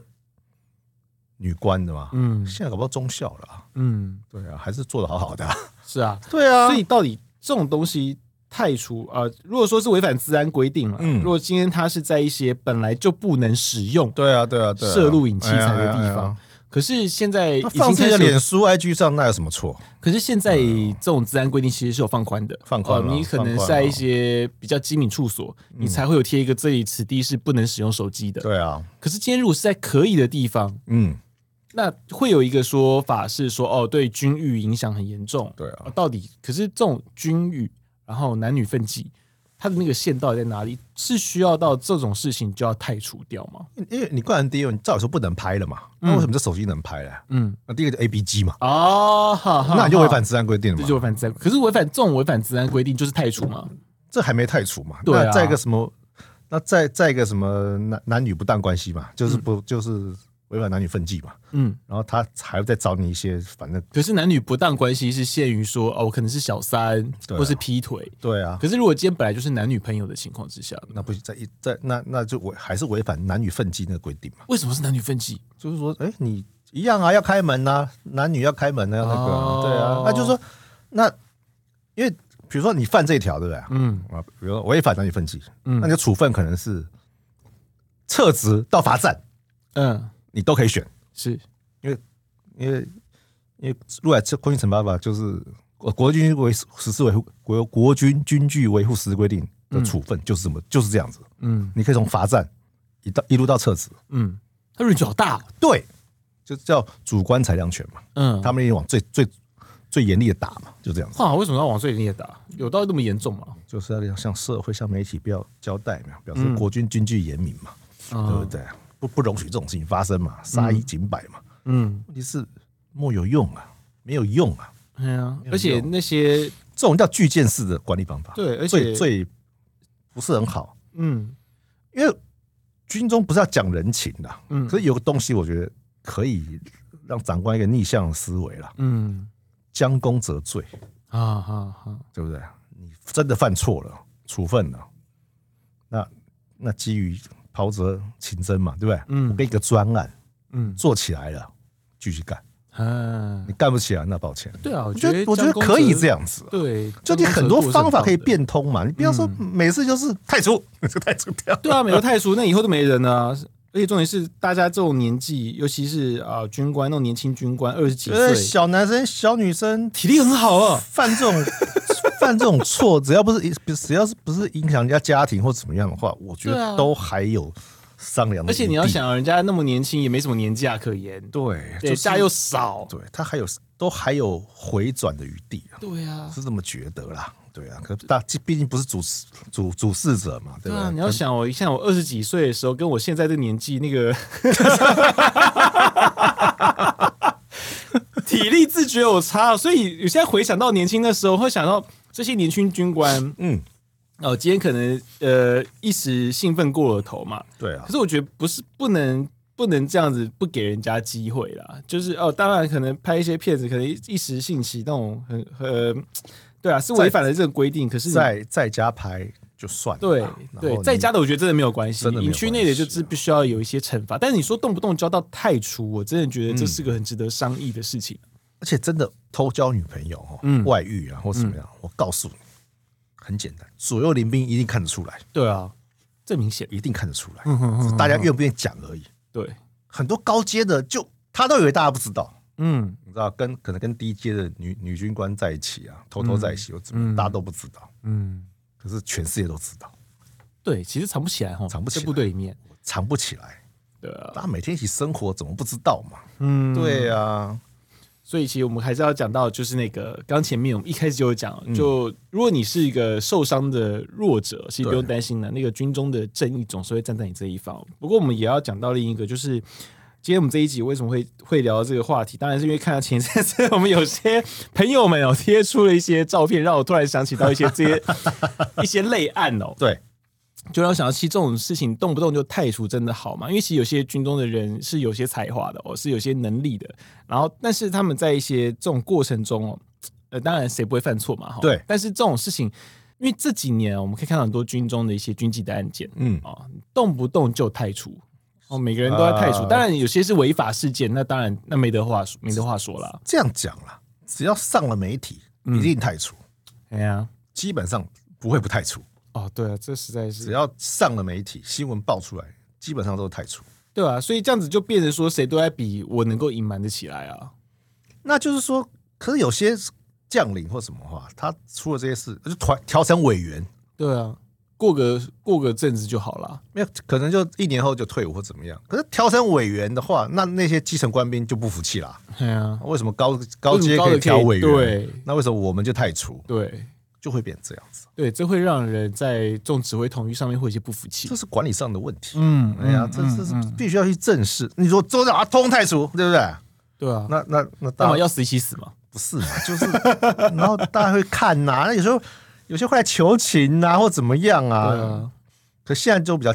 女官的嘛，
嗯
现在搞不到中校了、啊，
嗯，
对啊，还是做的好好的、啊，
是啊。
对啊
所以到底这种东西太除啊、呃如果说是违反治安规定了，
嗯
如果今天它是在一些本来就不能使用，
[LAUGHS] 对啊，对啊，对啊，
摄录影器材
哎
的
呀
地方，，可是现在已
那
经
放自己
开
的
始有
脸书、IG 上那有什么错？
可是现在这种治安规定其实是有放宽的，
放宽了
呃你可能
放宽了嗯
在一些比较机敏处所，你才会有贴一个这里此地是不能使用手机的。
对啊，
可是今天如果是在可以的地方，
嗯，
那会有一个说法是说，哦，对军域影响很严重。
对啊
呃到底可是这种军域，然后男女分际，它的那个线到底在哪里？是需要到这种事情就要太除掉吗？
因为你个人第一，你照理说不能拍了嘛，那为什么这手机能拍呢？
嗯，
那第一个就 ABG 嘛，
哦，好，好
那你就违，反
好
治安规定了
这
嘛
就，违反治安。可是违反这种违反治安规定就是太除嘛？
这还没太除嘛。
对啊
那再一个什么？那再再一个什么男男女不当关系嘛，就是不、就是违反男女分际嘛。
嗯。
然后他还在找你一些，反正
可是男女不当关系是限于说哦，我可能是小三、
对啊
或是劈腿。
对啊，
可是如果今天本来就是男女朋友的情况之下，
那不行，在一在那那就违还是违反男女分际那个规定嘛，
为什么是男女分歧？
就是说，哎、你一样啊，要开门呐、男女要开门啊，那个啊、
哦
对啊，那就是说，那因为比如说你犯这一条，对不对？
嗯
啊，比如说违反男女分际，
嗯
那你的处分可能是撤职到罚站，
嗯，
你都可以选，
是
因为因为入来这空军惩罚法就是国国军维实施维护国国军军具维护实施规定的处分就是这么、就是这样子，
嗯
你可以从罚站一到一路到撤职，
嗯，他 range 好大哦，
对，就叫主观裁量权嘛，
嗯，
他们也往最最最严厉的打嘛，就这样子，
哇，为什么要往碎裂打？有到那么严重吗？
就是要向社会向媒体不要交代嘛，表
嗯
示国军军纪严明嘛，对不
嗯
对？不不容许这种事情发生嘛，杀一儆百嘛，
嗯，
问题是莫有用啊，没有用啊。
对啊，
有
而且
用
那些
这种叫巨舰式的管理方法，
对而且
最最不是很好，
嗯
因为军中不是要讲人情的，
嗯
可是有个东西我觉得可以让长官一个逆向思维啦，
嗯
将功折罪，
啊哈哈，
对不对？你真的犯错了，处分了，那那基于袍泽情真嘛，对不对？
嗯
我给你个专案
嗯
做起来了，继续干，
啊
你，干不起来那抱歉。
对啊，我
我
觉
觉
得
得我觉
张
得
公
可以
子
这，样子啊，
对，
就你
张公
很
子
多
做得是
方
很
法
棒
可以
的。嗯
变通嘛，你不要说每次就是太除， [LAUGHS] 就太除掉。
对啊，美国太熟，那以后都没人啊。而且重点是，大家这种年纪，尤其是啊、呃军官那种年轻军官，二十几
觉
岁，
得呃小男生、小女生
体力很好啊。
犯这种犯这种错，只要不是只要是不是影响人家家庭或怎么样的话，我觉
对啊
得都还有商量的
而
余地。
且你要想，人家那么年轻，也没什么年假可言，
对，
对，
就
假
是
又少，
对他还有都还有回转的余地啊，
对啊，
是这么觉得啦。对啊，可是大毕竟不是主事主主事者嘛，对
对
不
啊，
对？
你要想我，像我二十几岁的时候，跟我现在这个年纪，那
[LAUGHS]
个体力自觉有差，所以有些回想到年轻的时候，会想到这些年轻军官，
[LAUGHS] 嗯，
哦，今天可能呃一时兴奋过了头嘛，
对啊
可，是我觉得不是不能不能这样子不给人家机会啦，就是哦，当然可能拍一些片子，可能一一时兴起那种很很，对啊，是违反了这个规定，可是你
在在家拍就算了
对
啦啊然
对
后，你
在家的我觉得真的没有关系，
真的没有
营区内的
关系
就
啊
是必须要有一些惩罚。但是你说动不动交到太厨，我真的觉
嗯
得这是个很值得商议的事情。
而且真的偷交女朋友哦，
嗯
外遇啊或怎么样，我告诉你，很简单，左右邻兵一定看得出来，
对啊，这明显
一定看得出来，
嗯哼
只是大家愿不愿意讲而已。
对，
很多高阶的就他都以为大家不知道，
嗯
你知道，跟可能跟低阶的女女军官在一起啊，偷偷在一起又怎么样，
嗯
大家都不知道，
嗯，
可是全世界都知道，
对，其实藏不起来哈，
藏不起来
在部队里面，
藏不起来，
对啊，
大家每天一起生活，怎么不知道嘛？
嗯，
对啊，
所以其实我们还是要讲到，就是那个刚前面我们一开始就有讲，就如果你是一个受伤的弱者，其实不用担心了，那个军中的正义总是会站在你这一方。不过我们也要讲到另一个，就是今天我们这一集为什么会会聊到这个话题，当然是因为看到前一阵子我们有些朋友们有贴出了一些照片，让我突然想起到一些这些一些类案哦、
对，
就让我想到，其实这种事情动不动就太除真的好嘛？因为其实有些军中的人是有些才华的哦，是有些能力的。然后，但是他们在一些这种过程中哦，呃，当然谁不会犯错嘛？哈。
对
但是这种事情，因为这几年哦我们可以看到很多军中的一些军纪的案件
嗯，
哦，动不动就太除哦，每个人都在太除。
啊
当然，有些是违法事件，那当然那没得话说，没得话说啦。
这样讲啦，只要上了媒体，
嗯
一定太除，
哎呀，
基本上不会不太除，
哦，对啊，这实在是
只要上了媒体，新闻爆出来，基本上都是太除。
对啊，所以这样子就变成说，谁都在比我能够隐瞒得起来啊。
那就是说，可是有些将领或什么话，他出了这些事，就团调成委员，
对啊，过个过个阵子就好啦。
没有可能就一年后就退伍或怎么样。可是调成委员的话，那那些基层官兵就不服气啦。
对啊，
为什么高高阶
高的
可以调委员？
对
那为什么我们就太除，
对
就会变这样子？
对，这会让人在众指挥统御上面会有一些不服气
这。是管理上的问题。
嗯
哎呀，
嗯
这
嗯
这是必须要去正视。你说周长啊，通太除，对不对？
对啊，
那那那
当
当
然
然
要死一起死嘛。
不是嘛， [LAUGHS] 就是然后大家会看呐、那有时候有些会来求情啊，或怎么样
对
啊。
啊，
可现在就比较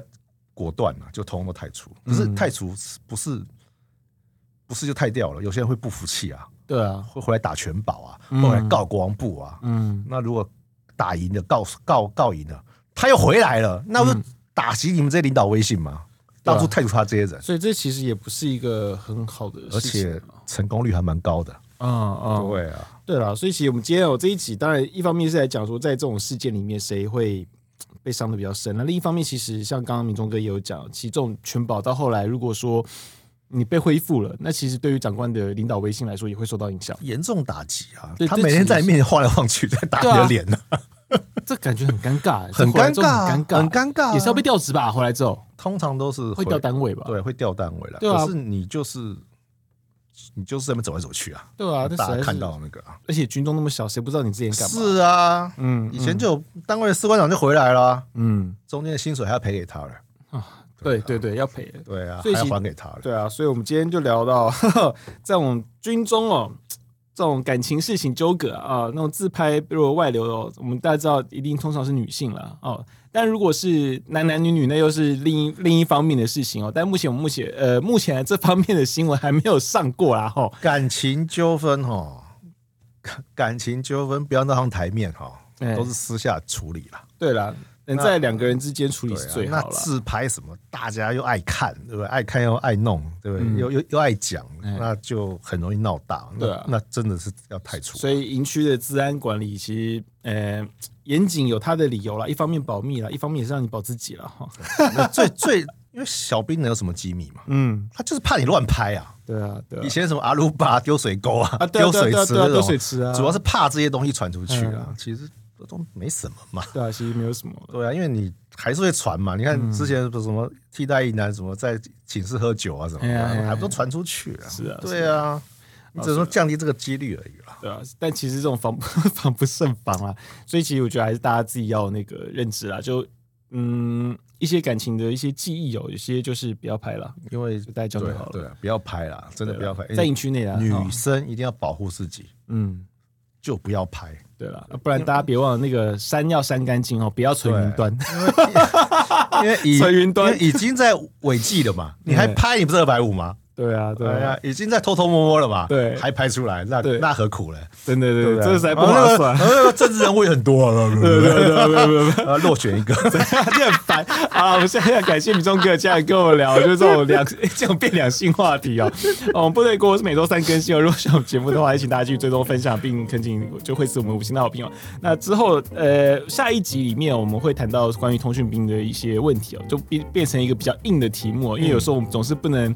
果断了、就通通都太除。可
嗯
是太除是不是不是就太掉了？有些人会不服气啊，
对啊，
会回来打全保啊，
嗯
会回来告国防部啊。
嗯，
那如果打赢了，告告告赢了，他又回来了，那不是打击你们这些领导威信吗？
嗯对啊
当初太除他这些人，
所以这其实也不是一个很好的
而
事情
且
啊。
成功率还蛮高的。
嗯嗯，
对啊，，
对啦，所以其实我们今天有这一集，当然一方面是来讲说，在这种事件里面谁会嘖被伤的比较深，那另一方面，其实像刚刚明忠哥也有讲，其实这种全保到后来，如果说你被恢复了，那其实对于长官的领导威信来说也会受到影响
严重打击啊
对！
他
这
每
其
天
实
在你面前晃来晃去，在打你
对啊
的脸呢、
这感觉很尴尬，
很
这回来
尴
之后
尬啊，
很尴尬，
很尴尬啊、
也是要被调职吧？回来之后
通常都是
会调单位吧？
对，会调单位了。
对啊
可是你就是你就是在那边走来走去啊，
对啊，那
大
实在
家
是
看，到那个啊，
而且军中那么小，谁不知道你之前干嘛？
是啊，
嗯，嗯，
以前就有单位的士官长就回来了啊，
嗯
中间的薪水还要赔给他了，
啊，对对对，要赔。
对
所
啊，还
以
要
其
还给他了。
对啊，所以我们今天就聊到 [LAUGHS] 这种军中哦，这种感情事情纠葛啊，那种自拍如果外流哦，我们大家知道一定通常是女性了哦，但如果是男男女女，那又是另一另一方面的事情哦。但目前我们目前呃目前这方面的新闻还没有上过啦哈、哦。
感情纠纷哈，感感情纠纷不要闹上台面哈，
哎
都是私下处理啦。
对啦，能在两个人之间处理是
对
最
啊，
好
那
了。
自拍什么，大家又爱看，对不对？爱看又爱弄，对不对？又又又爱讲，
嗯哎
那就很容易闹大。那
对啊
那真的是要太除。
所以营区的治安管理其实呃严谨有它的理由啦，一方面保密啦，一方面也是让你保自己啦。哈。
那最最，因为小兵能有什么机密嘛？
嗯，
他就是怕你乱拍啊。
对啊，对啊
以。前什么阿鲁巴丢水沟啊
啊，对啊
丢水
对啊
池
对啊对啊嗯
那种，
丢水池啊
主要是怕这些东西传出去啊。其实这都没什么嘛。
对啊，其实没有什么。
对啊，因为你还是会传嘛。你
嗯
看之前不是什么替代役男什么在寝室喝酒啊什么
哎呀
的，
哎呀
还不都传出去啊？
是啊
对啊，你只能说降低这个几率而已啦。
对啊，但其实这种防防不 [LAUGHS] 胜防啊，所以其实我觉得还是大家自己要有那个认知啦，就嗯一些感情的一些记忆哦，有些就是不要拍了，
因为
就大家交流
对
好
啊
了
对啊，不要拍啦，真的不要拍。
在营区内啊，哦
女生一定要保护自己，
嗯
就不要拍。
对了，不然大家别忘了那个删要删干净哦，不要存云端， [LAUGHS]
[LAUGHS] 因为已
陈云端
因为已经在违纪了
[LAUGHS]
嘛，你还拍，你不是二百五吗？
对啊对
对
啊
呀，，已经在偷偷摸摸了嘛，
对
还拍出来，那
对
那何苦呢？
真的对，啊哦
不
这才不
然后
划
哦那个
算，
然后那个政治人物也很
[LAUGHS]
多啊，
对对对对对
[LAUGHS]
对。
呃，落选一
[LAUGHS]
个，
你很烦。好了，我们现在要感谢米中哥，今天来跟我聊，就是这种两 [LAUGHS] 这种变两性话题哦。哦，我们部队锅是每周三更新哦。如果喜欢我们节目的话，也请大家继续追踪分享，并恳请就会是我们五星的好评哦。那之后，呃，下一集里面我们会谈到关于通讯兵的一些问题哦，就变变成一个比较硬的题目、哦，因为有时候我们总是不能。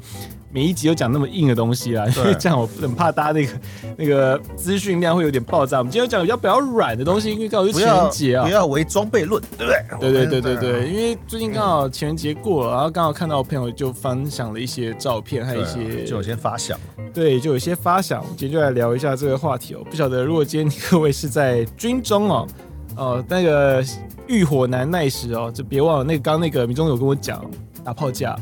每一集都讲那么硬的东西啦，因为
对
这样我很怕大家那个那个资讯量会有点爆炸。我们今天要讲比较比较软的东西，因为刚好是
不
情
要
人节啊，
不要为装备论，对不对？
对对对对
啊
对，因为最近刚好情人节过了，然后刚好看到朋友就分享了一些照片，还有一些
哎啊就有些发想，
对，就有一些发想。我们今天就来聊一下这个话题哦。不晓得如果今天你各位是在军中哦，哦那个欲火难耐时哦，就别忘了那个刚刚那个民中有跟我讲打炮架，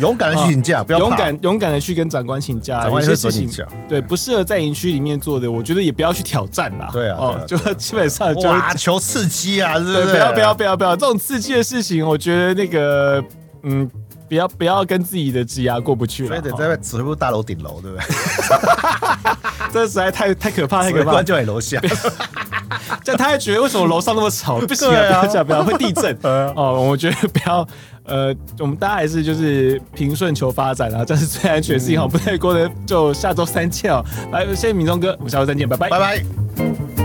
勇敢的去请假，不要怕
啊勇，敢勇敢的去跟长官请假，
长官
有
也会
些
说
事
你
情
讲
对不适合在营区里面做的，我觉得也不要去挑战啦。
对啊
哦，就
对啊
基本上就是
哇，求刺激啊，是不
对，
是？
不要不要不要不要，这种刺激的事情，我觉得那个嗯，不要不要跟自己的职涯过不去
所
了
以，得
哦
在指挥部大楼顶楼，对不对？
这实在太太可怕，太
指挥
可
[LAUGHS]
怕
官。就在楼下，
这样他还觉得为什么楼上那么吵？不行啊，
对
不
啊
要这样，不要会地震。哦，我觉得不要。呃，我们大家还是就是平顺求发展啊，这是最安全的事情。好，不太过的就下周三见哦。来，谢谢明忠哥，我们下周再见，拜拜
拜。拜。